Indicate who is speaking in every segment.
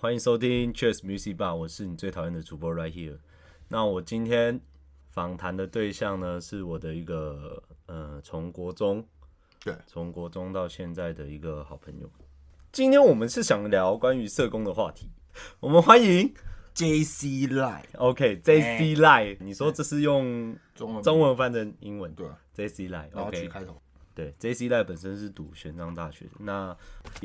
Speaker 1: 欢迎收听 Cheers Music Bar，我是你最讨厌的主播 Right Here。那我今天访谈的对象呢，是我的一个呃，从国中
Speaker 2: 对
Speaker 1: 从国中到现在的一个好朋友。今天我们是想聊关于社工的话题，我们欢迎
Speaker 2: J C Line
Speaker 1: OK JC Lie，、你说这是用
Speaker 2: 哎中文
Speaker 1: 中文翻成英文，
Speaker 2: 对，
Speaker 1: ，JC Lie
Speaker 2: 然后取
Speaker 1: OK
Speaker 2: 开头，
Speaker 1: 对，JC 赖本身是读玄奘大学的。那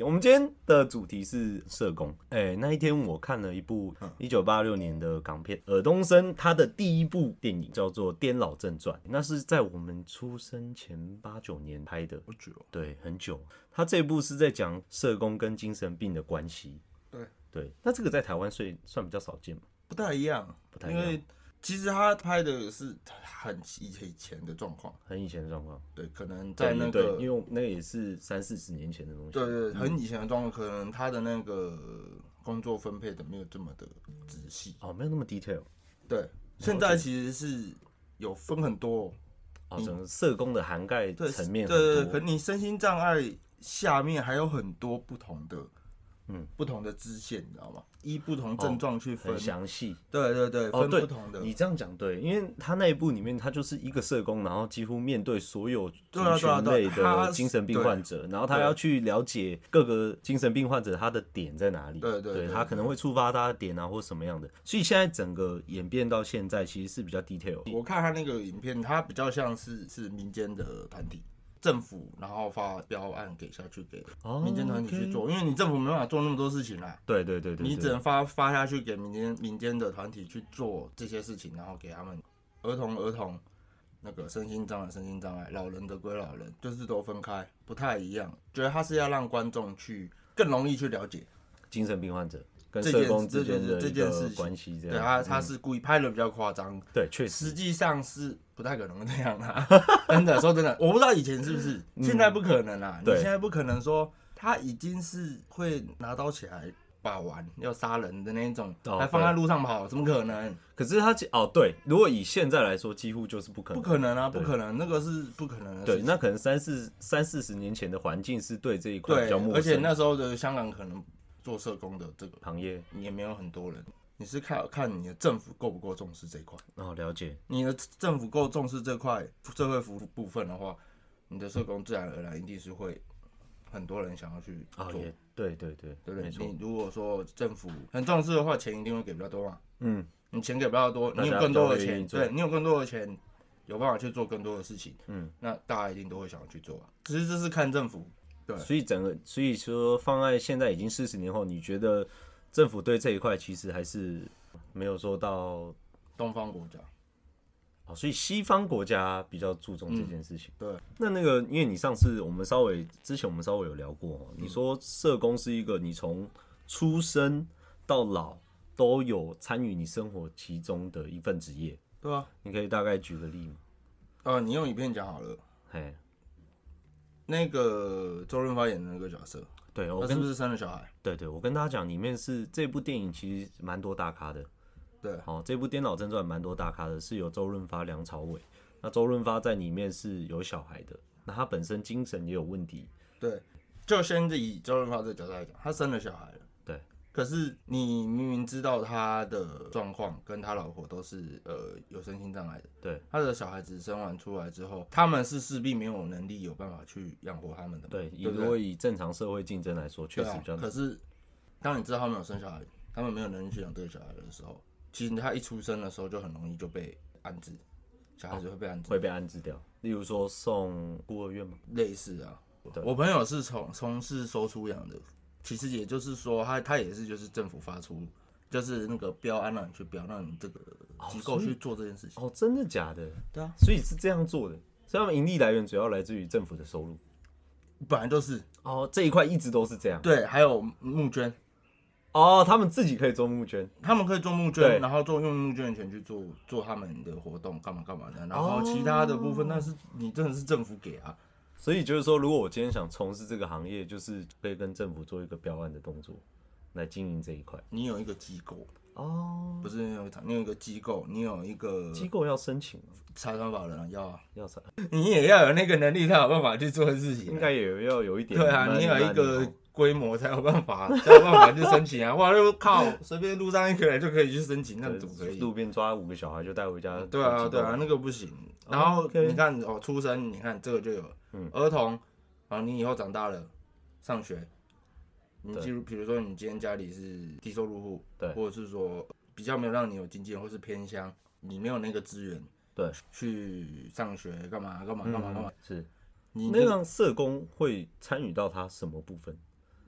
Speaker 1: 我们今天的主题是社工。哎、那一天我看了一部
Speaker 2: 嗯
Speaker 1: 一九八六年的港片，尔冬升他的第一部电影叫做《颠老正传》，那是在我们出生前八九年拍的，
Speaker 2: 不久，
Speaker 1: 对，很久。他这部是在讲社工跟精神病的关系。
Speaker 2: 对
Speaker 1: 对，那这个在台湾算算比较少见嘛？
Speaker 2: 不太一样，
Speaker 1: 不太一样
Speaker 2: 因为其实他拍的是很以前以前的状况，
Speaker 1: 很以前的状况，嗯
Speaker 2: 对，可能在那
Speaker 1: 对
Speaker 2: 个，
Speaker 1: 因为我那个也是三四十年前的东西。
Speaker 2: 对对，很以前的状况，可能他的那个工作分配的没有这么的仔细，
Speaker 1: 哦，没有那么 detail。
Speaker 2: 对，现在其实是有分很多，
Speaker 1: 哦，整个社工的涵盖
Speaker 2: 嗯对
Speaker 1: 层面很
Speaker 2: 对对，
Speaker 1: 多。
Speaker 2: 对可你身心障碍下面还有很多不同的。嗯，不同的支线，你知道吗？依不同症状去分，
Speaker 1: 哦很详细。
Speaker 2: 对对对，
Speaker 1: 哦
Speaker 2: 分
Speaker 1: 对
Speaker 2: 不同的。
Speaker 1: 你这样讲对，因为他那一部里面，他就是一个社工，然后几乎面对所有族
Speaker 2: 对啊对啊
Speaker 1: 群
Speaker 2: 对
Speaker 1: 类
Speaker 2: 啊他
Speaker 1: 的精神病患者，然后他
Speaker 2: 对
Speaker 1: 要去了解各个精神病患者他的点在哪里，
Speaker 2: 对对对
Speaker 1: 他可能会触发他的点啊，或什么样的。所以现在整个演变到现在，其实是比较 detail。
Speaker 2: 我看他那个影片，他比较像是是民间的团体，政府然后发标案给下去给
Speaker 1: 哦
Speaker 2: 民间团体去做，因为你政府没办法做那么多事情啦，
Speaker 1: 对对对对，
Speaker 2: 你
Speaker 1: 对
Speaker 2: 只能发发下去给民间民间的团体去做这些事情，然后给他们儿童儿童那个身心障碍身心障碍，老人的归老人，就是都分开，不太一样。觉得他是要让观众去更容易去了解，
Speaker 1: 精神病患者跟
Speaker 2: 这件
Speaker 1: 社工之间的
Speaker 2: 这
Speaker 1: 一
Speaker 2: 件事
Speaker 1: 个
Speaker 2: 情
Speaker 1: 关系这
Speaker 2: 对啊
Speaker 1: 样。
Speaker 2: 他他是故意拍的比较夸张，
Speaker 1: 对，确实
Speaker 2: 实际上是不太可能这 样啦、真的，说真的，我不知道以前是不是，现在不可能啦、
Speaker 1: 嗯
Speaker 2: 你
Speaker 1: 对
Speaker 2: 现在不可能说他已经是会拿刀起来把玩要杀人的那一种，
Speaker 1: 哦
Speaker 2: 还放在路上跑，怎么可能？
Speaker 1: 可是他哦，对，如果以现在来说，几乎就是不可
Speaker 2: 不
Speaker 1: 能，
Speaker 2: 可能啊，
Speaker 1: 对
Speaker 2: 不可能，那个是不可能的事
Speaker 1: 对，
Speaker 2: 情。
Speaker 1: 那可能三四三四十年前的环境是对这一块
Speaker 2: 对
Speaker 1: 比较，陌
Speaker 2: 而且
Speaker 1: 生，
Speaker 2: 那时候的香港可能做社工的这个
Speaker 1: 行业
Speaker 2: 也没有很多人，你是看看你的政府够不够重视这一块。
Speaker 1: 哦了解，
Speaker 2: 你的政府够重视这块社会服务部分的话，你的社工自然而然一定是会很多人想要去做，
Speaker 1: 哦也对对对，
Speaker 2: 对不
Speaker 1: 没
Speaker 2: 对？
Speaker 1: 错，
Speaker 2: 你如果说政府很重视的话，钱一定会给比较多嘛。
Speaker 1: 嗯，
Speaker 2: 你钱给比较多，
Speaker 1: 大
Speaker 2: 你
Speaker 1: 家
Speaker 2: 有更多的
Speaker 1: 比较愿意
Speaker 2: 钱，
Speaker 1: 做
Speaker 2: 对你有更多的钱，有办法去做更多的事情，
Speaker 1: 嗯，
Speaker 2: 那大家一定都会想要去做啊。其实这是看政府，对
Speaker 1: 所以整个所以说放在现在已经四十年后，你觉得政府对这一块其实还是没有做到
Speaker 2: 东方国家，
Speaker 1: 哦，所以西方国家比较注重这件事情。
Speaker 2: 嗯对，
Speaker 1: 那那个，因为你上次我们稍微之前我们稍微有聊过哦，
Speaker 2: 嗯
Speaker 1: 你说社工是一个你从出生到老都有参与你生活其中的一份职业，
Speaker 2: 对啊，
Speaker 1: 你可以大概举个例吗？
Speaker 2: 呃，你用影片讲好了，
Speaker 1: 嘿，
Speaker 2: 那个周润发演的那个角色，
Speaker 1: 对我
Speaker 2: 他是
Speaker 1: 跟
Speaker 2: 不是生了小孩？
Speaker 1: 对对，我跟大家讲，里面是这部电影其实蛮多大咖的，
Speaker 2: 对，
Speaker 1: 哦，这部《颠倒正传》蛮多大咖的，是有周润发、梁朝伟。那周润发在里面是有小孩的，那他本身精神也有问题，
Speaker 2: 对，就先以周润发这个角度来讲，他生了小孩了。
Speaker 1: 对，
Speaker 2: 可是你明明知道他的状况跟他老婆都是呃有身心障碍的，
Speaker 1: 对，
Speaker 2: 他的小孩子生完出来之后，他们是势必没有能力有办法去养活他们的嘛，
Speaker 1: 对，以
Speaker 2: 对不
Speaker 1: 如
Speaker 2: 对？
Speaker 1: 果以正常社会竞争来说，确
Speaker 2: 对
Speaker 1: 实
Speaker 2: 啊
Speaker 1: 比较难。
Speaker 2: 可是当你知道他们有生小孩，他们没有能力去养这个小孩的时候，其实他一出生的时候就很容易就被安置，小孩子会被安置，
Speaker 1: 会被安置掉。例如说送孤儿院嘛，
Speaker 2: 类似啊
Speaker 1: 对。
Speaker 2: 我朋友是从从事收出养的，其实也就是说他，他也是就是政府发出就是那个标案让你去标，让你这个机构去做这件事情。
Speaker 1: 哦，真的假的？
Speaker 2: 对啊，
Speaker 1: 所以是这样做的。所以他们盈利来源主要来自于政府的收入。
Speaker 2: 本来就是
Speaker 1: 哦，这一块一直都是这样。
Speaker 2: 对，还有募捐，
Speaker 1: 哦，他们自己可以做募捐。
Speaker 2: 他们可以做募
Speaker 1: 对
Speaker 2: 捐，然后做用募捐的钱去做做他们的活动，干嘛干嘛的。然后其他的部分，那是你真的是政府给啊。
Speaker 1: 所以就是说，如果我今天想从事这个行业，就是可以跟政府做一个标案的动作，来经营这一块。
Speaker 2: 你有一个机构，
Speaker 1: 哦，
Speaker 2: 不是你有一场，你有一个机构，你有一个
Speaker 1: 机构要申请吗
Speaker 2: 财团法人啊要啊，
Speaker 1: 要申，
Speaker 2: 你也要有那个能力才有办法去做的事情啊、
Speaker 1: 应该也要有一点。
Speaker 2: 对啊，
Speaker 1: 慢
Speaker 2: 你有一个规模才有办法， 才有办法去申请啊！哇，就靠，随便路上一个人就可以去申请，那怎么可以？
Speaker 1: 路边抓五个小孩就带回家。
Speaker 2: 对啊，对啊，，那个不行。然后
Speaker 1: 哦 OK 嗯
Speaker 2: 你看哦，出生，你看这个就有儿童，啊，你以后长大了上学，你
Speaker 1: 对
Speaker 2: 进入，比如说你今天家里是低收入户，
Speaker 1: 对
Speaker 2: 或者是说比较没有让你有经济，或是偏乡，你没有那个资源
Speaker 1: 对，
Speaker 2: 去上学干嘛干嘛干嘛干嘛，
Speaker 1: 嗯是。
Speaker 2: 你
Speaker 1: 那
Speaker 2: 那个
Speaker 1: 让社工会参与到他什么部分？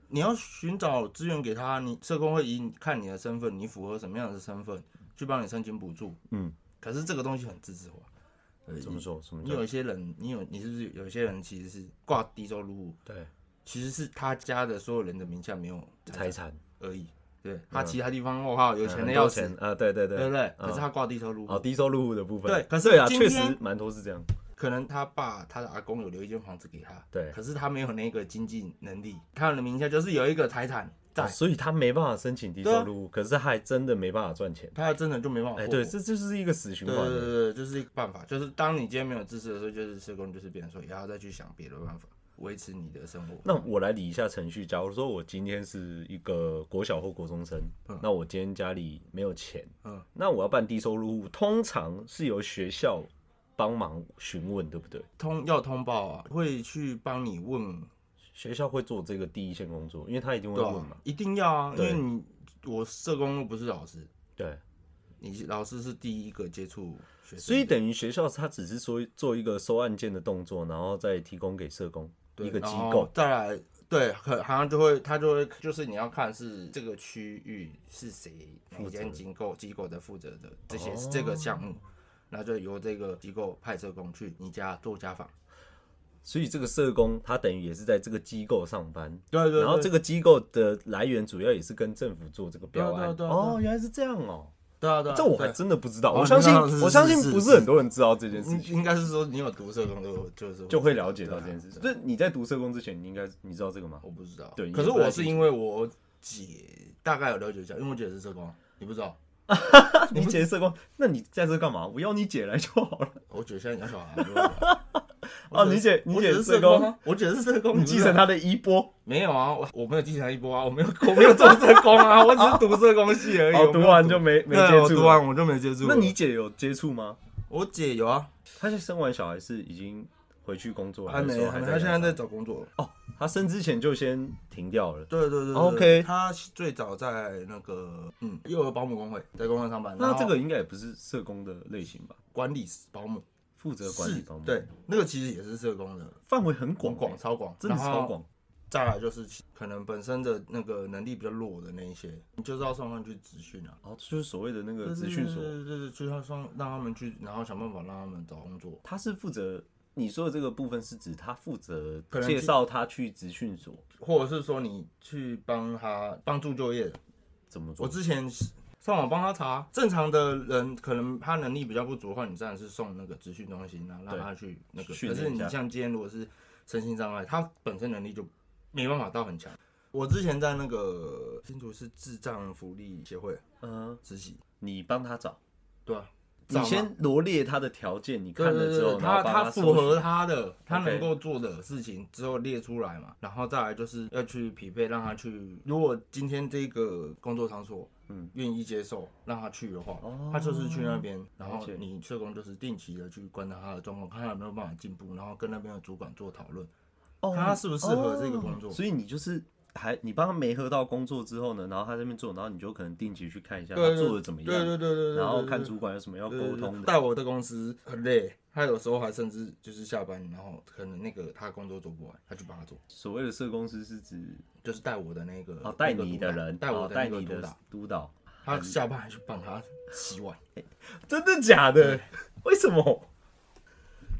Speaker 2: 你要寻找资源给他，你社工会以你看你的身份，你符合什么样的身份，去帮你申请补助。
Speaker 1: 嗯，
Speaker 2: 可是这个东西很自治化。呃
Speaker 1: 怎么说？什么
Speaker 2: 你
Speaker 1: 叫
Speaker 2: 有一些人，你有你是不是有些人其实是挂低收入户，
Speaker 1: 对
Speaker 2: 其实是他家的所有人的名下没有财
Speaker 1: 财
Speaker 2: 产
Speaker 1: 产？
Speaker 2: 而已。对他其他地方我靠有
Speaker 1: 嗯
Speaker 2: 钱
Speaker 1: 很
Speaker 2: 的
Speaker 1: 多
Speaker 2: 要死，
Speaker 1: 钱啊！对对对，
Speaker 2: 对不对？
Speaker 1: 嗯
Speaker 2: 可是他挂低收入户
Speaker 1: 哦，，低收入户的部分。
Speaker 2: 对可是
Speaker 1: 对啊，
Speaker 2: 今
Speaker 1: 确
Speaker 2: 天
Speaker 1: 实蛮多是这样。
Speaker 2: 可能他爸他的阿公有留一间房子给他，
Speaker 1: 对
Speaker 2: 可是他没有那个经济能力，他的名下就是有一个财产
Speaker 1: 哦
Speaker 2: 在，
Speaker 1: 所以他没办法申请低
Speaker 2: 对啊
Speaker 1: 收入户，可是他还真的没办法赚钱。
Speaker 2: 他真的就没办法
Speaker 1: 哎，
Speaker 2: 过活。
Speaker 1: 对，这这就是一个死循
Speaker 2: 哦对
Speaker 1: 环
Speaker 2: 对
Speaker 1: 的。
Speaker 2: 对对，就是一个办法，就是当你今天没有知识的时候，就是社工就是变成说也要再去想别的办法维持你的生活。
Speaker 1: 那我来理一下程序。假如说我今天是一个国小或国中生，那我今天家里没有钱，
Speaker 2: 嗯
Speaker 1: 那我要办低收入户，通常是由学校帮忙询问，对不对？
Speaker 2: 通要通报啊，会去帮你问，
Speaker 1: 学校会做这个第一线工作，因为他一定会
Speaker 2: 对
Speaker 1: 问
Speaker 2: 吧、
Speaker 1: 嘛。
Speaker 2: 一定要啊，因
Speaker 1: 对
Speaker 2: 为你我社工又不是老师，
Speaker 1: 对，
Speaker 2: 你老师是第一个接触学生的，
Speaker 1: 所以等于学校他只是说做一个收案件的动作，然后再提供给社工
Speaker 2: 对
Speaker 1: 一个机
Speaker 2: 然
Speaker 1: 构
Speaker 2: 后。再来。对，可好像就会，他就会，就是你要看是这个区域是谁哪一间机构机构在负责的这些、
Speaker 1: 哦
Speaker 2: 这个项目，那就由这个机构派社工去你家做家访。
Speaker 1: 所以这个社工他等于也是在这个机构上班。
Speaker 2: 对对对，
Speaker 1: 然后这个机构的来源主要也是跟政府做这个标案
Speaker 2: 对啊对啊对啊对啊
Speaker 1: 哦，原来是这样哦，
Speaker 2: 对啊对啊，
Speaker 1: 这我还
Speaker 2: 对
Speaker 1: 真的不知道。
Speaker 2: 哦
Speaker 1: 我相信
Speaker 2: 你知道是
Speaker 1: 我相信
Speaker 2: 是嗯
Speaker 1: 不是
Speaker 2: 是
Speaker 1: 很多人知道这件事
Speaker 2: 应
Speaker 1: 情，
Speaker 2: 应该是说你有读社工就就是
Speaker 1: 就会了解到这件
Speaker 2: 情。
Speaker 1: 事。所以你在读社工之前，你应该你知道这个吗？
Speaker 2: 啊我不知道，
Speaker 1: 对
Speaker 2: 可是
Speaker 1: 你不太
Speaker 2: 我是因为我姐大概有了解一下，因为我姐是社工，啊你不知道，啊
Speaker 1: 你姐是社工，那你在这干嘛？我要你姐来就好了。
Speaker 2: 我姐现在养小孩啊了。
Speaker 1: 哦
Speaker 2: 我姐
Speaker 1: 你姐你
Speaker 2: 我
Speaker 1: 姐
Speaker 2: 姐是
Speaker 1: 社工
Speaker 2: 工啊，我姐是 社工，
Speaker 1: 你
Speaker 2: 不
Speaker 1: 继
Speaker 2: 知
Speaker 1: 承
Speaker 2: 道
Speaker 1: 她的衣 钵，
Speaker 2: 没有啊？我我没有继承她一波啊，我没有我没有做社工啊，我只是读社工系而已。
Speaker 1: 哦，
Speaker 2: 我没
Speaker 1: 读
Speaker 2: 有
Speaker 1: 完就没没
Speaker 2: 对
Speaker 1: 接
Speaker 2: 我
Speaker 1: 触
Speaker 2: 读
Speaker 1: 了。
Speaker 2: 完我就没接触了。
Speaker 1: 那你姐有接触吗？
Speaker 2: 我姐有啊？
Speaker 1: 她是生完小孩是已经回去工作了，
Speaker 2: 还
Speaker 1: 还是
Speaker 2: 没，
Speaker 1: 说
Speaker 2: 还
Speaker 1: 还
Speaker 2: 没，
Speaker 1: 在
Speaker 2: 她
Speaker 1: 养
Speaker 2: 现在
Speaker 1: 小孩
Speaker 2: 在找工作。
Speaker 1: 哦，她生之前就先停掉了。
Speaker 2: 对对对对
Speaker 1: OK
Speaker 2: 她最早在那个嗯幼儿保姆工会，在工会上班。
Speaker 1: 那
Speaker 2: 然后
Speaker 1: 这个应该也不是社工的类型吧？
Speaker 2: 管理保姆
Speaker 1: 负责管
Speaker 2: 是
Speaker 1: 理保姆，
Speaker 2: 对，那个其实也是社工的，
Speaker 1: 范围很广
Speaker 2: 广
Speaker 1: 欸
Speaker 2: 广超广，
Speaker 1: 真的超。广。
Speaker 2: 再来就是可能本身的那个能力比较弱的那一些，你就是要送他们去集训啊，
Speaker 1: 哦，就是所谓的那个资讯所，
Speaker 2: 对对对对，就是要送让他们去，然后想办法让他们找工作。
Speaker 1: 他是负责你说的这个部分，是指他负责
Speaker 2: 可能
Speaker 1: 介绍他去资讯所
Speaker 2: 或者是说你去帮他帮助就业。
Speaker 1: 怎么做
Speaker 2: 我。之前上网帮他查，正常的人可能他能力比较不足的话，你当然是送那个职训中心啊，让
Speaker 1: 对
Speaker 2: 他去那个。
Speaker 1: 训
Speaker 2: 可
Speaker 1: 练
Speaker 2: 是
Speaker 1: 一
Speaker 2: 你
Speaker 1: 下
Speaker 2: 像今天如果是身心障碍，他本身能力就没办法到很强。我之前在那个新竹市智障福利协会
Speaker 1: 嗯，
Speaker 2: 实习，
Speaker 1: 你帮他找，
Speaker 2: 对啊，
Speaker 1: 你
Speaker 2: 找嘛
Speaker 1: 先罗列他的条件，你
Speaker 2: 对
Speaker 1: 看
Speaker 2: 对
Speaker 1: 了之
Speaker 2: 对，
Speaker 1: 后，然
Speaker 2: 他
Speaker 1: 后帮
Speaker 2: 他
Speaker 1: 搜
Speaker 2: 符合
Speaker 1: 寻
Speaker 2: 他的，他
Speaker 1: OK
Speaker 2: 能够做的事情之后列出来嘛，然后再来就是要去匹配，让他去。如果今天这个工作场所，嗯，愿意接受让他去的话，
Speaker 1: 哦
Speaker 2: 他就是去那边，然
Speaker 1: 了
Speaker 2: 后
Speaker 1: 解
Speaker 2: 你社工就是定期的去观察他的状况，看他有没有办法进步，然后跟那边的主管做讨论，
Speaker 1: 哦
Speaker 2: 看他适不适合这个工作
Speaker 1: 哦所以你就是还你帮他没合到工作之后呢，然后他在那边做，然后你就可能定期去看一下他
Speaker 2: 对对
Speaker 1: 做的怎么
Speaker 2: 对对
Speaker 1: 样，
Speaker 2: 对对，
Speaker 1: 然后看
Speaker 2: 主
Speaker 1: 主管有什么要沟通的。
Speaker 2: 带我的公司很累，他有时候还甚至就是下班，然后可能那个他工作做不完，他去帮他做。
Speaker 1: 所谓的社工师是指
Speaker 2: 就是带我的呃那个
Speaker 1: 哦带你的人，
Speaker 2: 带我
Speaker 1: 哦带
Speaker 2: 那个
Speaker 1: 你
Speaker 2: 督
Speaker 1: 的
Speaker 2: 导，
Speaker 1: 督导，
Speaker 2: 他下班还去帮他洗碗。
Speaker 1: 真的假的？为什么？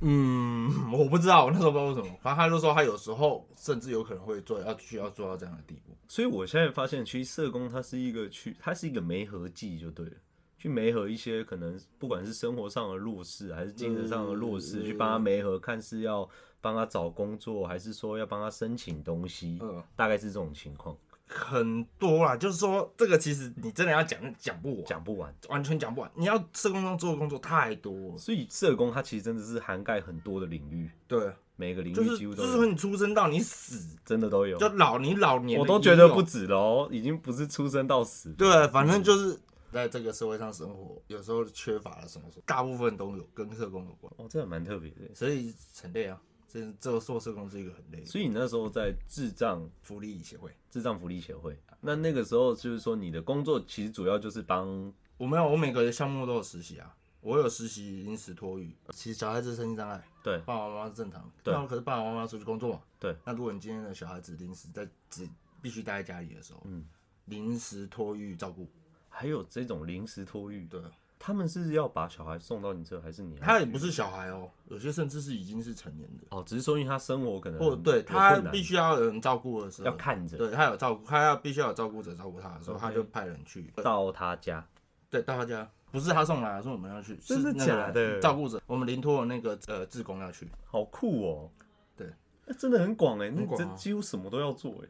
Speaker 2: 嗯，我不知道，我那时候不知道为什么，反正他就说他有时候甚至有可能会做，要需要做到这样的地步。
Speaker 1: 所以我现在发现，其实社工它是一个去，它是一个媒合剂，就对了。去媒合一些可能不管是生活上的弱势，还是精神上的弱势，
Speaker 2: 嗯
Speaker 1: 去帮他媒合，看是要帮他找工作，还是说要帮他申请东西，
Speaker 2: 嗯
Speaker 1: 大概是这种情况，
Speaker 2: 很多啦，就是说这个其实你真的要讲讲不完，
Speaker 1: 讲不完。
Speaker 2: 完全讲不完。你要社工中做的工作太多了，
Speaker 1: 所以社工它其实真的是涵盖很多的领域，
Speaker 2: 对，
Speaker 1: 每个领
Speaker 2: 就
Speaker 1: 域
Speaker 2: 是
Speaker 1: 几乎
Speaker 2: 就
Speaker 1: 都
Speaker 2: 是
Speaker 1: 有，
Speaker 2: 从你出生到你死，
Speaker 1: 真的都有
Speaker 2: 就。老你老年
Speaker 1: 我
Speaker 2: 了
Speaker 1: 都
Speaker 2: 也
Speaker 1: 觉得
Speaker 2: 有
Speaker 1: 不止了哦，已经不是出生到死。
Speaker 2: 对，反正就是在这个社会上生活，有时候缺乏了什么，大部分都有跟社工有关，
Speaker 1: 哦，这还蛮特别的。
Speaker 2: 所以很累啊。这这个做社工是一个很累的，
Speaker 1: 所以你那时候在智障
Speaker 2: 福利协会。
Speaker 1: 智障福利协会，那那个时候就是说你的工作其实主要就是帮
Speaker 2: 我没有，我每个项目都有实习啊，我有实习临时托育。其实小孩子身心障碍，
Speaker 1: 对
Speaker 2: 爸爸妈妈是正常的，
Speaker 1: 对
Speaker 2: 那可是爸爸妈妈出去工作嘛，
Speaker 1: 对。
Speaker 2: 那如果你今天的小孩子临时在只必须待在家里的时候，
Speaker 1: 嗯，
Speaker 2: 临时托育照顾，
Speaker 1: 还有这种临时托育，
Speaker 2: 对，
Speaker 1: 他们是要把小孩送到你这，还是你要
Speaker 2: 他也不是小孩哦，有些甚至是已经是成年的，
Speaker 1: 哦，只是说因为他生活可能
Speaker 2: 或
Speaker 1: 很
Speaker 2: 哦对
Speaker 1: 嗯有
Speaker 2: 他
Speaker 1: 困难
Speaker 2: 必须要有人照顾的时候，
Speaker 1: 要看着
Speaker 2: 对他有照顾，他要必须要有照顾者照顾他的时候，他就派人去，
Speaker 1: 到他家，
Speaker 2: 对，到他家，不是他送来，是我们要去，
Speaker 1: 真的
Speaker 2: 是那个嗯
Speaker 1: 假的
Speaker 2: 照顾者，我们临托的那个呃志工要去，
Speaker 1: 好酷哦。
Speaker 2: 对
Speaker 1: 那真的很广哎，那
Speaker 2: 很广啊
Speaker 1: 真几乎什么都要做哎。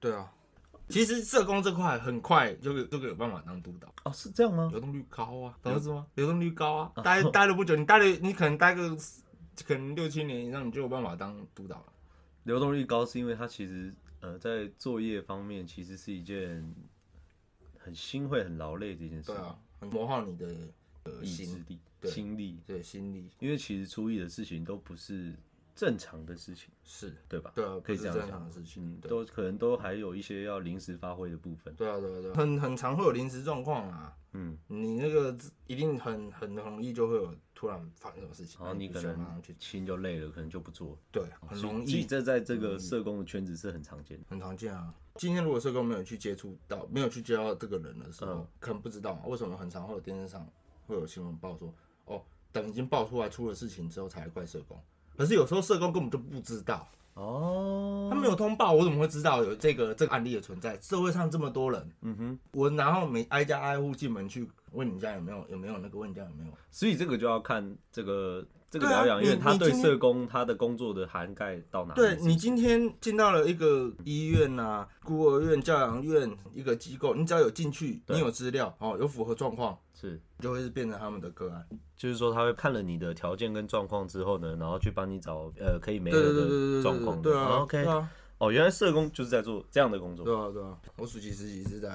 Speaker 2: 对啊，其实社工这块很快就有就有办法当督导，
Speaker 1: 哦，是这样吗？
Speaker 2: 流动率高啊，懂意思吗？流动率高
Speaker 1: 嗯
Speaker 2: 啊，待待了不久，你待了你可能待个可能六七年以上，你就有办法当督导了。
Speaker 1: 流动率高是因为它其实呃在作业方面其实是一件很心会很劳累的一件事，
Speaker 2: 对啊，很磨耗你的呃
Speaker 1: 意志
Speaker 2: 心，
Speaker 1: 力、
Speaker 2: 对
Speaker 1: 心力，
Speaker 2: 对心力
Speaker 1: 因为其实初一的事情都不是正常的事情，
Speaker 2: 是，
Speaker 1: 对吧？
Speaker 2: 对啊，
Speaker 1: 可以这
Speaker 2: 不是
Speaker 1: 样
Speaker 2: 正
Speaker 1: 讲
Speaker 2: 常的事情
Speaker 1: 嗯，，
Speaker 2: 对。
Speaker 1: 都可能都还有一些要临时发挥的部分。
Speaker 2: 对啊，对啊，对啊，很很常会有临时状况啊。
Speaker 1: 嗯，
Speaker 2: 你那个一定很很容易就会有突然发生什么事情，
Speaker 1: 然后哦你
Speaker 2: 哎不
Speaker 1: 可
Speaker 2: 需要马上
Speaker 1: 能
Speaker 2: 去，
Speaker 1: 心就累了，可能就不做，
Speaker 2: 对，很容
Speaker 1: 所以
Speaker 2: 易，嗯
Speaker 1: 这在这个社工的圈子是很常见的。
Speaker 2: 很常见啊。今天如果社工没有去接触到，没有去接到这个人的时候，可能不知道嘛为什么很常会有电视上会有新闻报说，哦，等已经爆出来出了事情之后才怪社工。可是有时候社工根本就不知道，
Speaker 1: 哦
Speaker 2: 他，没有通报，我怎么会知道有这个这个案例的存在？社会上这么多人，嗯哼，我然后每挨家挨户进门去问你家有没有有没有那个问你家有没有，
Speaker 1: 所以这个就要看这个这个
Speaker 2: 对啊
Speaker 1: 疗养院
Speaker 2: 你
Speaker 1: 他
Speaker 2: 你
Speaker 1: 对
Speaker 2: 今天
Speaker 1: 社工他的工作的涵盖到哪里
Speaker 2: 对
Speaker 1: 是不是。
Speaker 2: 你今天进到了一个医院呐、孤儿院、教养院一个机构，你只要有进去，
Speaker 1: 对
Speaker 2: 你有资料哦，有符合状况，
Speaker 1: 是
Speaker 2: 就会是变成他们的个案。
Speaker 1: 就是说他会看了你的条件跟状况之后呢，然后去帮你找呃可以没
Speaker 2: 对对
Speaker 1: 有
Speaker 2: 对对对
Speaker 1: 的状
Speaker 2: 对
Speaker 1: 况。
Speaker 2: 对啊
Speaker 1: 哦，OK，
Speaker 2: 对啊
Speaker 1: 哦，原来社工就是在做这样的工作。
Speaker 2: 对啊对啊！我暑期实习是在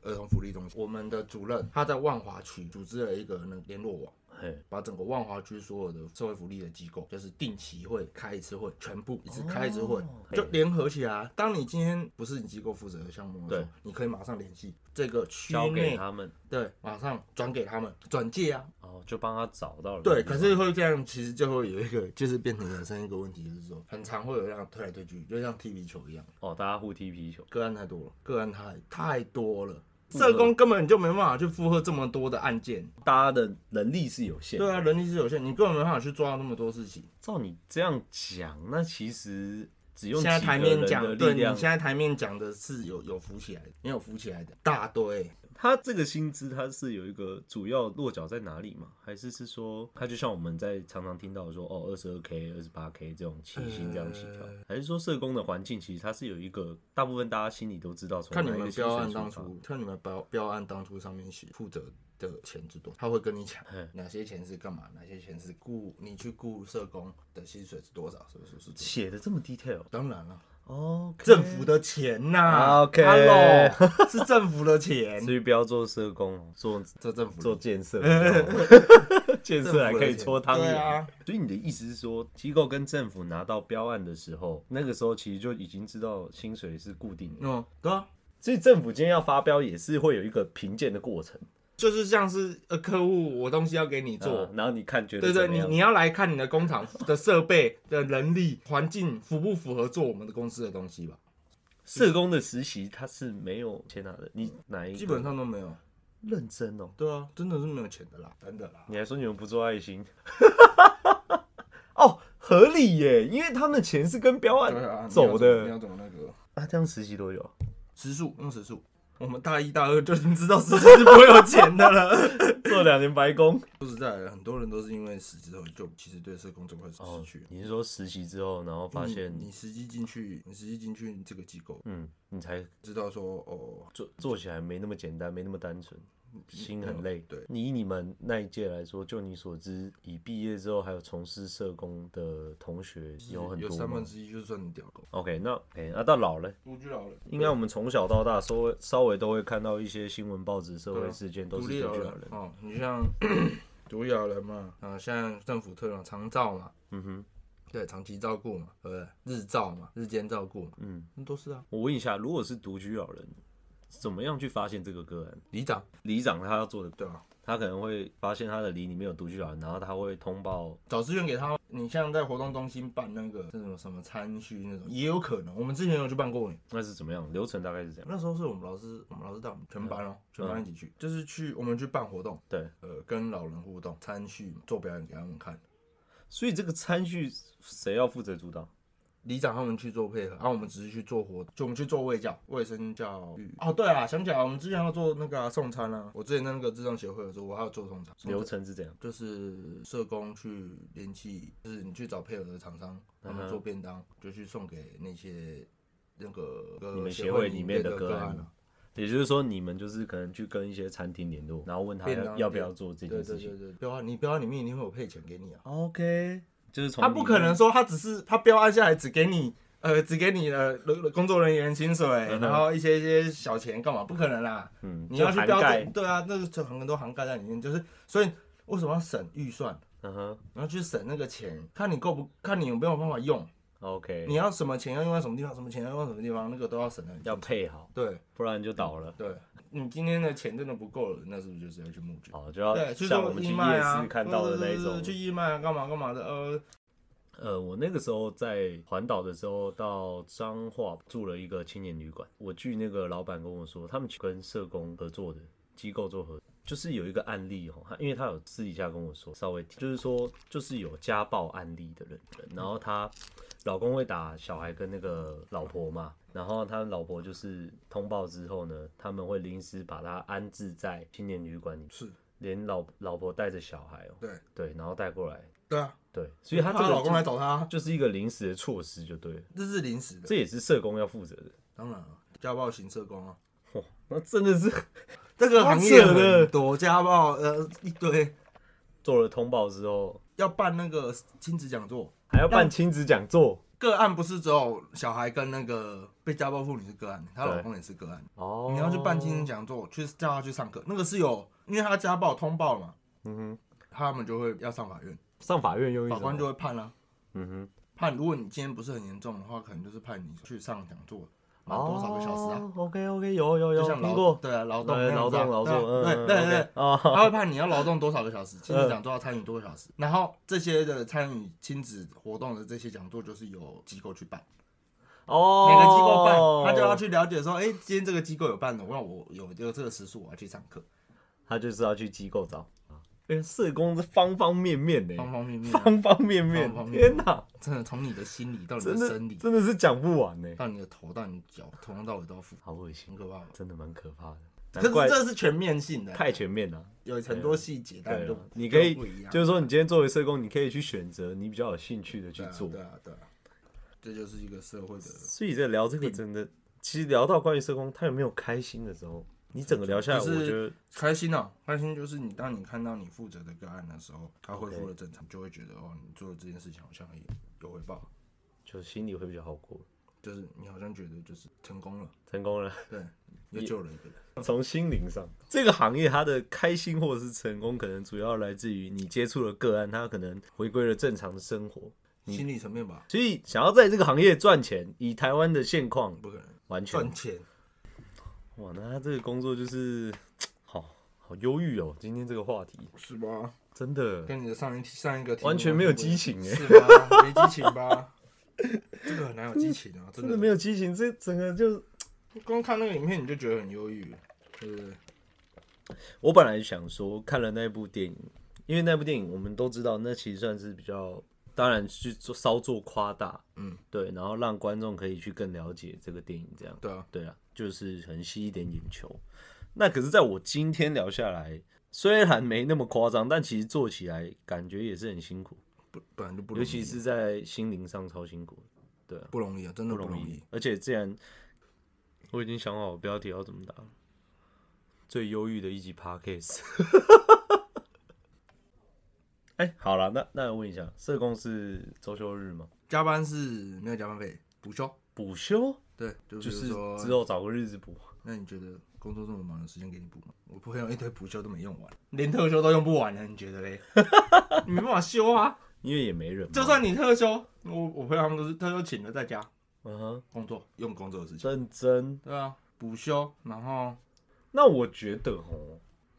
Speaker 2: 儿童福利中心，我们的主任他在万华区组织了一个那个联络网。
Speaker 1: 嘿，
Speaker 2: 把整个万华区所有的社会福利的机构，就是定期会开一次会，全部一次开一次会，
Speaker 1: 哦
Speaker 2: 就联合起来。当你今天不是你机构负责的项目的时候
Speaker 1: 对，
Speaker 2: 你可以马上联系这个区
Speaker 1: 交给
Speaker 2: 内，
Speaker 1: 他们，
Speaker 2: 对，马上转给他们转介啊。
Speaker 1: 哦，就帮他找到了。
Speaker 2: 对，可是会这样，其实就会有一个， 就是变成衍生一个问题，就是说，很常会有这样推来推去，就像踢皮球一样，
Speaker 1: 哦，大家互踢皮球。
Speaker 2: 个案太多了，个案太太多了。
Speaker 1: 嗯
Speaker 2: 社工根本就没办法去负荷这么多的案件，
Speaker 1: 大家的能力是有限的。
Speaker 2: 对啊，人力是有限，你根本没办法去抓那么多事情。
Speaker 1: 照你这样讲，那其实只用
Speaker 2: 现在
Speaker 1: 几
Speaker 2: 台
Speaker 1: 个
Speaker 2: 面
Speaker 1: 人
Speaker 2: 讲，
Speaker 1: 的
Speaker 2: 对
Speaker 1: 力
Speaker 2: 你
Speaker 1: 量
Speaker 2: 现，在台面讲的是有有浮起来的，没有浮起来的大堆。
Speaker 1: 他这个薪资他是有一个主要落脚在哪里吗？还是是说，他就像我们在常常听到的说，哦，二十二 k、二十八 k 这种起薪这样起跳，
Speaker 2: 呃
Speaker 1: 还是说社工的环境其实它是有一个大部分大家心里都知道从
Speaker 2: 看你
Speaker 1: 哪一
Speaker 2: 们
Speaker 1: 个薪
Speaker 2: 标案
Speaker 1: 水
Speaker 2: 当
Speaker 1: 出发。
Speaker 2: 初，看你们标标案当初上面写负责的钱之多，他会跟你讲
Speaker 1: 嘿
Speaker 2: 哪些钱是干嘛，哪些钱是雇你去雇社工的薪水是多少，是不是？是不是？
Speaker 1: 写的这么 detail
Speaker 2: 当然了，
Speaker 1: 哦，
Speaker 2: 政府的钱呐、
Speaker 1: 啊 OK
Speaker 2: Hello，是政府 的钱，
Speaker 1: 所以不要做社工哦，做
Speaker 2: 这政府
Speaker 1: 做
Speaker 2: 的
Speaker 1: 建 设比较好，建设还可以搓汤
Speaker 2: 对
Speaker 1: 圆。
Speaker 2: 啊
Speaker 1: 所以你的意思是说，机构跟政府拿到标案的时候，那个时候其实就已经知道薪水是固定的，
Speaker 2: 嗯，对啊，
Speaker 1: 所以政府今天要发标也是会有一个评鉴的过程，
Speaker 2: 就是像是呃客户，我东西要给你做，
Speaker 1: 啊然后你看觉得
Speaker 2: 对对，
Speaker 1: 怎么
Speaker 2: 你
Speaker 1: 样？
Speaker 2: 你要来看你的工厂的设备的人力环境符不符合做我们的公司的东西吧？
Speaker 1: 社工的实习它是没有钱拿的，你哪一个
Speaker 2: 基本上都没有。
Speaker 1: 认真哦？
Speaker 2: 对啊，真的是没有钱的啦，真的啦。
Speaker 1: 你还说你们不做爱心？ 哦，合理耶，因为他们钱是跟标案走
Speaker 2: 啊你
Speaker 1: 的
Speaker 2: 要怎么那个
Speaker 1: 啊。这样实习多久啊？
Speaker 2: 时速用时速？我们大一大二就已经知道时速是不会有钱的了。
Speaker 1: 做两年白工。
Speaker 2: 说实在的，很多人都是因为死之后就其实对社工这块失
Speaker 1: 哦
Speaker 2: 去，。
Speaker 1: 你是说实习之后，然后发现，
Speaker 2: 你你实际进去，你实际进去这个机构，
Speaker 1: 嗯，你才
Speaker 2: 知道说哦，
Speaker 1: 做做起来没那么简单，没那么单纯。心很累。
Speaker 2: 嗯对，
Speaker 1: 你以你们那一届来说，就你所知，以毕业之后还有从事社工的同学有很
Speaker 2: 有
Speaker 1: 多
Speaker 2: 三分
Speaker 1: 吗
Speaker 2: 之一就算你屌狗，
Speaker 1: ？OK，那哎，那、到老了，
Speaker 2: 独居老人，
Speaker 1: 应该我们从小到大稍微稍微都会看到一些新闻报纸、社
Speaker 2: 对
Speaker 1: 会
Speaker 2: 啊
Speaker 1: 事件都
Speaker 2: 独
Speaker 1: 是
Speaker 2: 立
Speaker 1: 独
Speaker 2: 老
Speaker 1: 居
Speaker 2: 人
Speaker 1: 老人。
Speaker 2: 哦，你 像独立老人嘛，嗯，现在政府推广长照嘛，
Speaker 1: 嗯哼，
Speaker 2: 对，长期照顾嘛，对不对？日照嘛，日间照顾嘛，
Speaker 1: 嗯，
Speaker 2: 那都是啊。
Speaker 1: 我问一下，如果是独居老人，怎么样去发现这个个案？
Speaker 2: 里长，
Speaker 1: 里长他要做的，
Speaker 2: 对啊，
Speaker 1: 他可能会发现他的里里面有独居老人，然后他会通报。
Speaker 2: 找资源给他。你像在活动中心办那个那种什么餐叙那种，也有可能。我们之前有去办过，
Speaker 1: 那是怎么样？流程大概是这样。
Speaker 2: 那时候是我们老师，我们老师带我们全班哦，全班一起去，就是去我们去办活动，
Speaker 1: 对，
Speaker 2: 呃，跟老人互动，餐叙嘛做表演给他们看。
Speaker 1: 所以这个参序谁要负责主导？
Speaker 2: 里长他们去做配合，啊然、后我们只是去做活，就我们去做卫教、卫生教育。哦，对啊，想起来，我们之前要做那个啊、送餐啊，我之前在那个智障协会的时候，我还有做送餐。
Speaker 1: 流程是这样。
Speaker 2: 就是社工去联系，就是你去找配合的厂商，他们做
Speaker 1: 嗯
Speaker 2: 便当，就去送给那些那个
Speaker 1: 你们
Speaker 2: 协
Speaker 1: 协会里
Speaker 2: 里
Speaker 1: 面的
Speaker 2: 的
Speaker 1: 个案
Speaker 2: 案
Speaker 1: 嘛
Speaker 2: 啊，
Speaker 1: 也就是说，你们就是可能去跟一些餐厅联络，然后问他
Speaker 2: 便当
Speaker 1: 要
Speaker 2: 店
Speaker 1: 要不要做这件
Speaker 2: 对
Speaker 1: 事
Speaker 2: 对
Speaker 1: 情。
Speaker 2: 对对，标案你标案里面一定会有配钱给你啊，
Speaker 1: OK，就是从
Speaker 2: 他不可能说他只是他标案下来只给你。呃，只给你呃工作人员薪水，
Speaker 1: 嗯哼
Speaker 2: 然后一些一些小钱干嘛？不可能啦！
Speaker 1: 里面，嗯，
Speaker 2: 你要
Speaker 1: 就
Speaker 2: 去
Speaker 1: 涵
Speaker 2: 标
Speaker 1: 盖
Speaker 2: 准，，对啊，那个这很多涵盖在里面，就是所以为什么要省预算，
Speaker 1: 嗯哼
Speaker 2: 然后去省那个钱，看你够不，看你有没有办法用。你
Speaker 1: ，OK，
Speaker 2: 要什么钱要用在什么地方，什么钱要用在什么地方，那个都要省的。
Speaker 1: 要配好，
Speaker 2: 对
Speaker 1: 不然就倒了。
Speaker 2: 对，你今天的钱真的不够了，那是不是就是要去募捐？
Speaker 1: 好，就要
Speaker 2: 对，去
Speaker 1: 哦像我
Speaker 2: 做
Speaker 1: 们去
Speaker 2: 义
Speaker 1: 夜
Speaker 2: 卖啊，
Speaker 1: 市看到的那
Speaker 2: 对
Speaker 1: 一
Speaker 2: 对对对
Speaker 1: 种。
Speaker 2: 去义卖啊，干嘛干嘛的，呃，
Speaker 1: 呃，我那个时候在环岛的时候，到彰化住了一个青年旅馆。我据那个老板跟我说，他们跟社工合作的机构做合，就是有一个案例哦，他因为他有私底下跟我说，稍微就是说，就是有家暴案例的人，然后他老公会打小孩跟那个老婆嘛，然后他老婆就是通报之后呢，他们会临时把他安置在青年旅馆里，
Speaker 2: 是
Speaker 1: 连老老婆带着小孩哦，
Speaker 2: 对
Speaker 1: 对，然后带过来。
Speaker 2: 对啊，
Speaker 1: 对，所以他这
Speaker 2: 她
Speaker 1: 个
Speaker 2: 老公
Speaker 1: 就
Speaker 2: 来找她，
Speaker 1: 就是一个临时的措施就对了，
Speaker 2: 这是临时的，
Speaker 1: 这也是社工要负责的。
Speaker 2: 当然了，家暴型社工啊，
Speaker 1: 哇，那真的是
Speaker 2: 这个行业很多家暴，呃，一堆
Speaker 1: 做了通报之后，
Speaker 2: 要办那个亲子讲座，
Speaker 1: 还要办亲子讲座
Speaker 2: 个案不是只有小孩跟那个被家暴妇女是个案，她老
Speaker 1: 对
Speaker 2: 公也是个案。
Speaker 1: 哦
Speaker 2: 你要去办亲子讲座，去叫他去上课，那个是有，因为他家暴通报嘛，
Speaker 1: 嗯哼，
Speaker 2: 他们就会要上法院，
Speaker 1: 上法院用意
Speaker 2: 法
Speaker 1: 什
Speaker 2: 官就
Speaker 1: 么？
Speaker 2: 会判啦、啊
Speaker 1: 嗯哼，
Speaker 2: 判如果你今天不是很严重的话，可能就是判你去上讲座，满多少个小时啊？
Speaker 1: ？OK OK，有有
Speaker 2: 就
Speaker 1: 哦有
Speaker 2: 像
Speaker 1: 听
Speaker 2: 劳
Speaker 1: 过，
Speaker 2: 对啊，劳动那
Speaker 1: 对劳
Speaker 2: 样子啊
Speaker 1: 动劳动，嗯
Speaker 2: 对啊对
Speaker 1: 嗯
Speaker 2: 对对，
Speaker 1: OK，哦，
Speaker 2: 他会判你要劳动多少 个小时，亲子讲座要参与多个小时，然后这些的参与亲子活动的这些讲座就是由机构去办，
Speaker 1: 哦，
Speaker 2: 每个机构办，他就要，去了解说，哎，今天这个机构有办的，那我有有这个时数，我要去上课，
Speaker 1: 他就是要去机构找。因为社工是方方面面的，
Speaker 2: 方方面面啊，
Speaker 1: 方方面面
Speaker 2: 方，方面面
Speaker 1: 天哪，
Speaker 2: 真的从你的心理到你的
Speaker 1: 真
Speaker 2: 生
Speaker 1: 的
Speaker 2: 理，
Speaker 1: 真的是讲不完呢，
Speaker 2: 到你的头到你的脚，从头到尾都要负，
Speaker 1: 好恶心
Speaker 2: 很，可怕。
Speaker 1: 真的蛮可怕的。
Speaker 2: 可
Speaker 1: 难怪
Speaker 2: 是这是全面性的，
Speaker 1: 太全面了。
Speaker 2: 有很多细节，但
Speaker 1: 对
Speaker 2: 就
Speaker 1: 啊你可以
Speaker 2: 就不一样，
Speaker 1: 就是说，你今天作为社工，你可以去选择你比较有兴趣的去
Speaker 2: 对啊
Speaker 1: 做。
Speaker 2: 对啊，对啊，这就是一个社会的。
Speaker 1: 所以在聊这个，真的，其实聊到关于社工，他有没有开心的时候，你整个聊下来，我
Speaker 2: 就是
Speaker 1: 觉得
Speaker 2: 开心啊！开心就是你，当你看到你负责的个案的时候，它恢复了正常，就会觉得哦，你做的这件事情好像也有回报，
Speaker 1: 就心里会比较好过，
Speaker 2: 就是你好像觉得就是成功了，
Speaker 1: 成功 了。
Speaker 2: 对，又救了一个人。
Speaker 1: 从心灵上，这个行业它的开心或者是成功，可能主要来自于你接触了个案，它可能回归了正常的生活。
Speaker 2: 心理层面吧，
Speaker 1: 所以，想要在这个行业赚钱，以台湾的现况，
Speaker 2: 不可能
Speaker 1: 完全
Speaker 2: 赚钱，
Speaker 1: 哇，那他这个工作就是好好忧郁哦。今天这个话题
Speaker 2: 是吧？
Speaker 1: 真的
Speaker 2: 跟你的上一题上一个题目
Speaker 1: 完全没有激情哎、
Speaker 2: 是吧？没激情吧？ 这个很难有激情啊，真
Speaker 1: 真
Speaker 2: 的
Speaker 1: 的没有激情，这整个就……
Speaker 2: 光看那个影片你就觉得很忧郁，对不对？
Speaker 1: 我本来想说看了那部电影，因为那部电影我们都知道，那其实算是比较，当然去做稍作夸大，
Speaker 2: 嗯，
Speaker 1: 对，然后让观众可以去更了解这个电影，这样，
Speaker 2: 对啊，
Speaker 1: 对啊，就是很吸一点眼球。那可是，在我今天聊下来，虽然没那么夸张，但其实做起来感觉也是很辛苦，
Speaker 2: 不本来就不容
Speaker 1: 尤
Speaker 2: 易，
Speaker 1: 其是在心灵上超辛苦的。
Speaker 2: 不容易啊，真的不
Speaker 1: 不容
Speaker 2: 容
Speaker 1: 易。而且既然我已经想好我标题要怎么打了，最忧郁的一集 podcast。哎、好了，那那问一下，社工是周休日吗？
Speaker 2: 加班是没有加班费，补休。
Speaker 1: 补休
Speaker 2: 对，就比
Speaker 1: 就
Speaker 2: 如
Speaker 1: 是
Speaker 2: 说
Speaker 1: 之后找个日子补。
Speaker 2: 那你觉得工作这么忙，有时间给你补吗？我朋友一堆补休都没用完，连特休都用不完了，你觉得嘞？ 你没办法休啊！
Speaker 1: 因为也没人嘛，
Speaker 2: 就算你特休，我我朋友他们都是特休请了在家
Speaker 1: 嗯哼，
Speaker 2: 工作，用工作的事情。
Speaker 1: 认真。
Speaker 2: 对啊，补休，然后
Speaker 1: 那我觉得哦，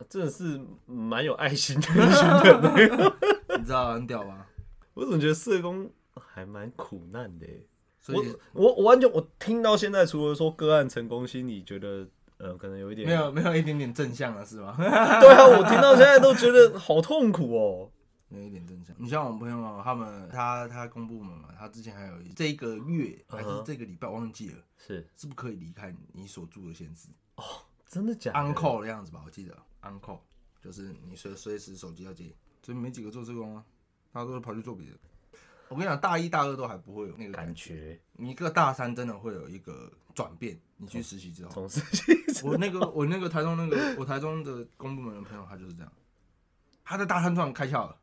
Speaker 1: 真的是蛮有爱心的一 群人欸。
Speaker 2: 你知道很屌吧？
Speaker 1: 我总觉得社工还蛮苦难的欸。
Speaker 2: 所
Speaker 1: 我
Speaker 2: 以
Speaker 1: 我我完全我听到现在，除了说个案成功心理，觉得呃可能有一点
Speaker 2: 没有没有一点点正向了是吗？
Speaker 1: 对啊，我听到现在都觉得好痛苦哦。
Speaker 2: 没有一点正向。你像我朋友他们，他他公布嘛，他之前还有一这一个月还
Speaker 1: 嗯
Speaker 2: 是
Speaker 1: 哼
Speaker 2: 这个礼拜忘记了，
Speaker 1: 是
Speaker 2: 是不可以离开你所住的县市。
Speaker 1: 真的假的
Speaker 2: uncle 的样子吧，我记得 uncle 就是你随随时手机要接，所以没几个做这工啊，大家都是跑去做别的。我跟你讲，大一大二都还不会有那个感
Speaker 1: 感
Speaker 2: 觉，
Speaker 1: 觉，
Speaker 2: 你一个大三真的会有一个转变。你去实习之后，
Speaker 1: 从事情
Speaker 2: 我那个我那个台中那个我台中的公部门的朋友，他就是这样，他在大三突然开窍了，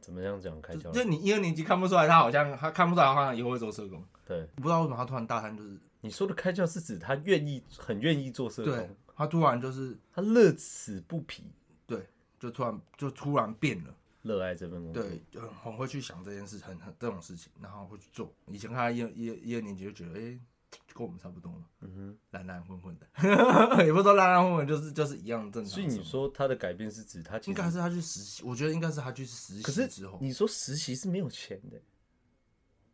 Speaker 1: 怎么样讲开
Speaker 2: 就
Speaker 1: 窍？
Speaker 2: 就你一二年级看不出来，他好像他看不出来，他好像以后会做社工，
Speaker 1: 对，
Speaker 2: 不知道为什么他突然大三就是
Speaker 1: 你说的开窍是指他愿意，很愿意做社
Speaker 2: 对
Speaker 1: 工，
Speaker 2: 他突然就是
Speaker 1: 他乐此不疲，
Speaker 2: 对就突然就突然变了。
Speaker 1: 热爱这份工作。
Speaker 2: 对，就很很会去想这件事，很很这种事情，然后会去做。以前看他一二一二一二年级就觉得，哎、就跟我们差不多嘛，
Speaker 1: 嗯哼，
Speaker 2: 懒懒混混的， 也不是说懒懒混混，就是就是一样正常
Speaker 1: 所
Speaker 2: 的
Speaker 1: 以
Speaker 2: 生活。
Speaker 1: 你说他的改变是指他其
Speaker 2: 应
Speaker 1: 实
Speaker 2: 该，是他去实习，我觉得应该是他去实
Speaker 1: 可
Speaker 2: 习
Speaker 1: 是
Speaker 2: 之后，
Speaker 1: 你说实习是没有钱的。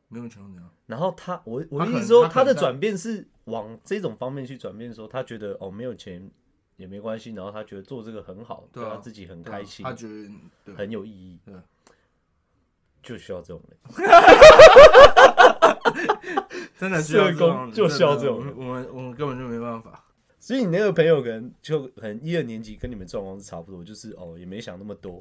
Speaker 2: 没有全部怎样，
Speaker 1: 然后他，我我的
Speaker 2: 他可
Speaker 1: 意
Speaker 2: 能
Speaker 1: 思说，
Speaker 2: 他可能
Speaker 1: 的
Speaker 2: 在
Speaker 1: 转变是往这种方面去转变的时候，他觉得哦没有钱也没关系，然后他觉得做这个很好，
Speaker 2: 对啊
Speaker 1: 他自己很
Speaker 2: 对啊
Speaker 1: 开心，
Speaker 2: 他觉得对
Speaker 1: 很有意义，
Speaker 2: 对，
Speaker 1: 就需要这种人。
Speaker 2: 真的需要
Speaker 1: 社
Speaker 2: 这
Speaker 1: 工
Speaker 2: 种人，
Speaker 1: 就
Speaker 2: 真
Speaker 1: 需要
Speaker 2: 的
Speaker 1: 这种
Speaker 2: 我们我们我们根本就没办法。
Speaker 1: 所以你那个朋友可能就可能一二年级跟你们状况是差不多，就是哦也没想那么多，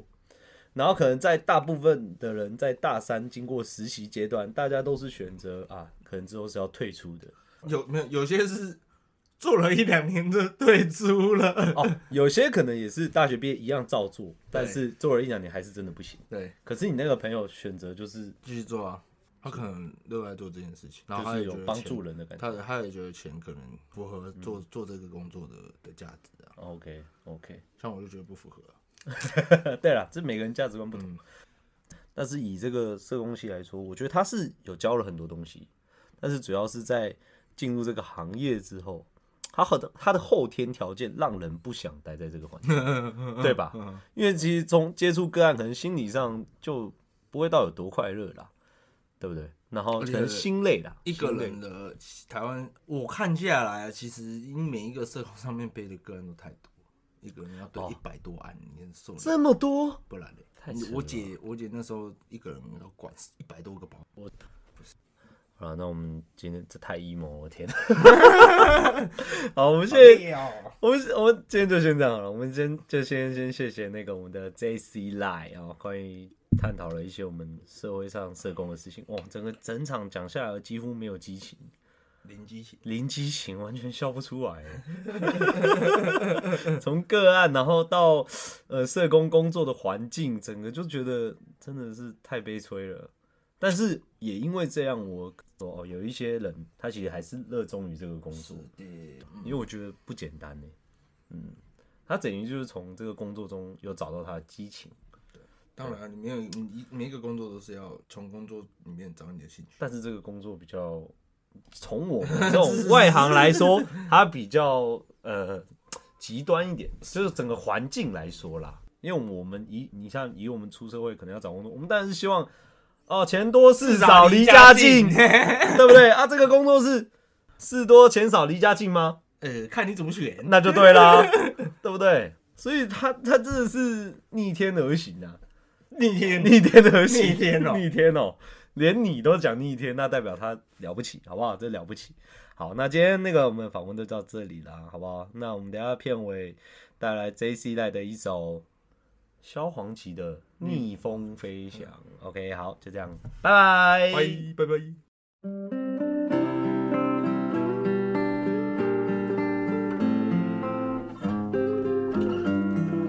Speaker 1: 然后可能在大部分的人在大三经过实习阶段，大家都是选择啊，可能之后是要退出的。
Speaker 2: 有没有有些是做了一两年就退出了，
Speaker 1: 哦，有些可能也是大学毕业一样照做，但是做了一两年还是真的不行。
Speaker 2: 对，
Speaker 1: 可是你那个朋友选择就是
Speaker 2: 继续做啊。他可能热爱做这件事情，然后
Speaker 1: 就
Speaker 2: 哦他
Speaker 1: 是
Speaker 2: 也
Speaker 1: 有
Speaker 2: 觉得
Speaker 1: 帮
Speaker 2: 钱
Speaker 1: 助人的嗯感觉。
Speaker 2: 他的他也觉得钱可能符合做、做这个工作的的价值啊，
Speaker 1: OK OK，
Speaker 2: 像我就觉得不符合啊、
Speaker 1: 呃对了，这每个人价值观不同，
Speaker 2: 嗯
Speaker 1: 但是以这个社工系来说，我觉得他是有教了很多东西，但是主要是在进入这个行业之后，他好的他的后天条件让人不想待在这个环 境，对吧？
Speaker 2: 嗯
Speaker 1: 因为其实从接触个案，可能心理上就不会到有多快乐啦，对不对？然后
Speaker 2: 而
Speaker 1: 可
Speaker 2: 且
Speaker 1: 能心累啦，
Speaker 2: 一个
Speaker 1: 心累
Speaker 2: 人的台湾，我看下来啊，其实因每一个社工上面背的个案都太多，一个人要对
Speaker 1: 哦
Speaker 2: 一百多案，你受得了
Speaker 1: 这么多，
Speaker 2: 不然嘞
Speaker 1: 太扯？
Speaker 2: 我
Speaker 1: 了
Speaker 2: 姐我姐那时候一个人要管一百多个包，
Speaker 1: 好了，那我们今天这太 emo，了我天！好，我们谢谢，哦我们我们今天就先这样好了，我们先就先先谢谢那个我们的 J C Lie 哦，关于探讨了一些我们社会上社工的事情。哇，整个整场讲下来几乎没有激情，
Speaker 2: 零激情，
Speaker 1: 零激情，完全笑不出来。 从个案，然后到呃社工工作的环境，整个就觉得真的是太悲催了。但是也因为这样，我哦有一些人他其实还是热衷于这个工作，
Speaker 2: 对，
Speaker 1: 因为我觉得不简单呢。嗯，他等于就是从这个工作中有找到他的激情，
Speaker 2: 当然啊你没有你一每一个工作都是要从工作里面找你的兴趣，
Speaker 1: 但是这个工作比较，从我们这种外行来说，它比较呃极端一点，就是整个环境来说啦。因为我们以你像以我们出社会可能要找工作，我们当然是希望哦钱多事少离家 近，对不对啊？这个工作是事多钱少离家近吗？
Speaker 2: 呃，看你怎么选，
Speaker 1: 那就对 啦，对不对？所以他他真的是逆天而行啊，
Speaker 2: 逆天
Speaker 1: 逆天而行，
Speaker 2: 逆天哦
Speaker 1: 逆天哦，连你都讲逆天，那代表他了不起，好不好？这了不起。好，那今天那个我们访问就到这里啦，好不好？那我们等一下片尾带来 J C 带的一首萧煌奇的《逆风飞翔》。OK，好，就这样，拜拜。
Speaker 2: 拜拜拜。
Speaker 3: Thank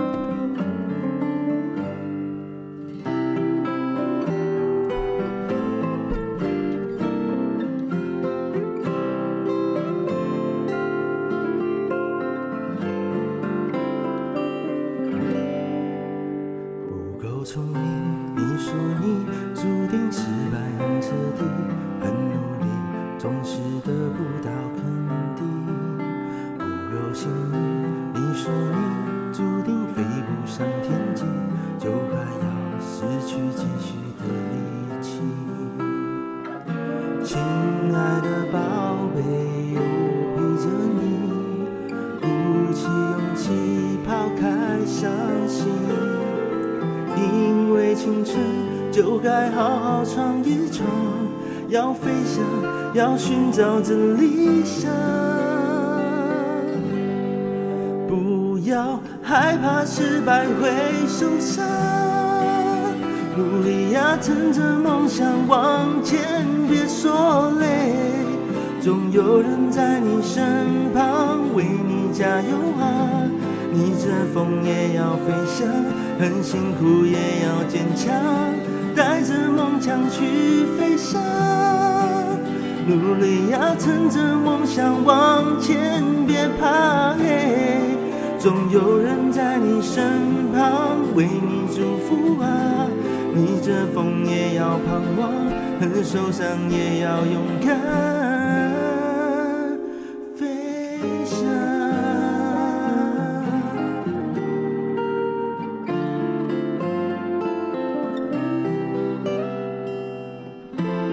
Speaker 3: 不够聪明，你说你注定失败很彻底，很努力，总是得不到肯定。不够幸运，你说你注定飞不上天际，就快要失去继续的力气。亲爱的宝贝，我陪着你，鼓起勇气抛开伤心。因为青春就该好好闯一闯，要飞翔，要寻找真理想。不要害怕失败会受伤，努力呀、趁着梦想往前，别说累，总有人在你身旁为你加油啊！逆着风也要飞翔，很辛苦也要坚强，带着梦想去飞翔。努力呀、趁着啊梦想往前，别怕累，总有人在你身旁为你祝福啊。逆着风也要彷徨，很受伤也要勇敢。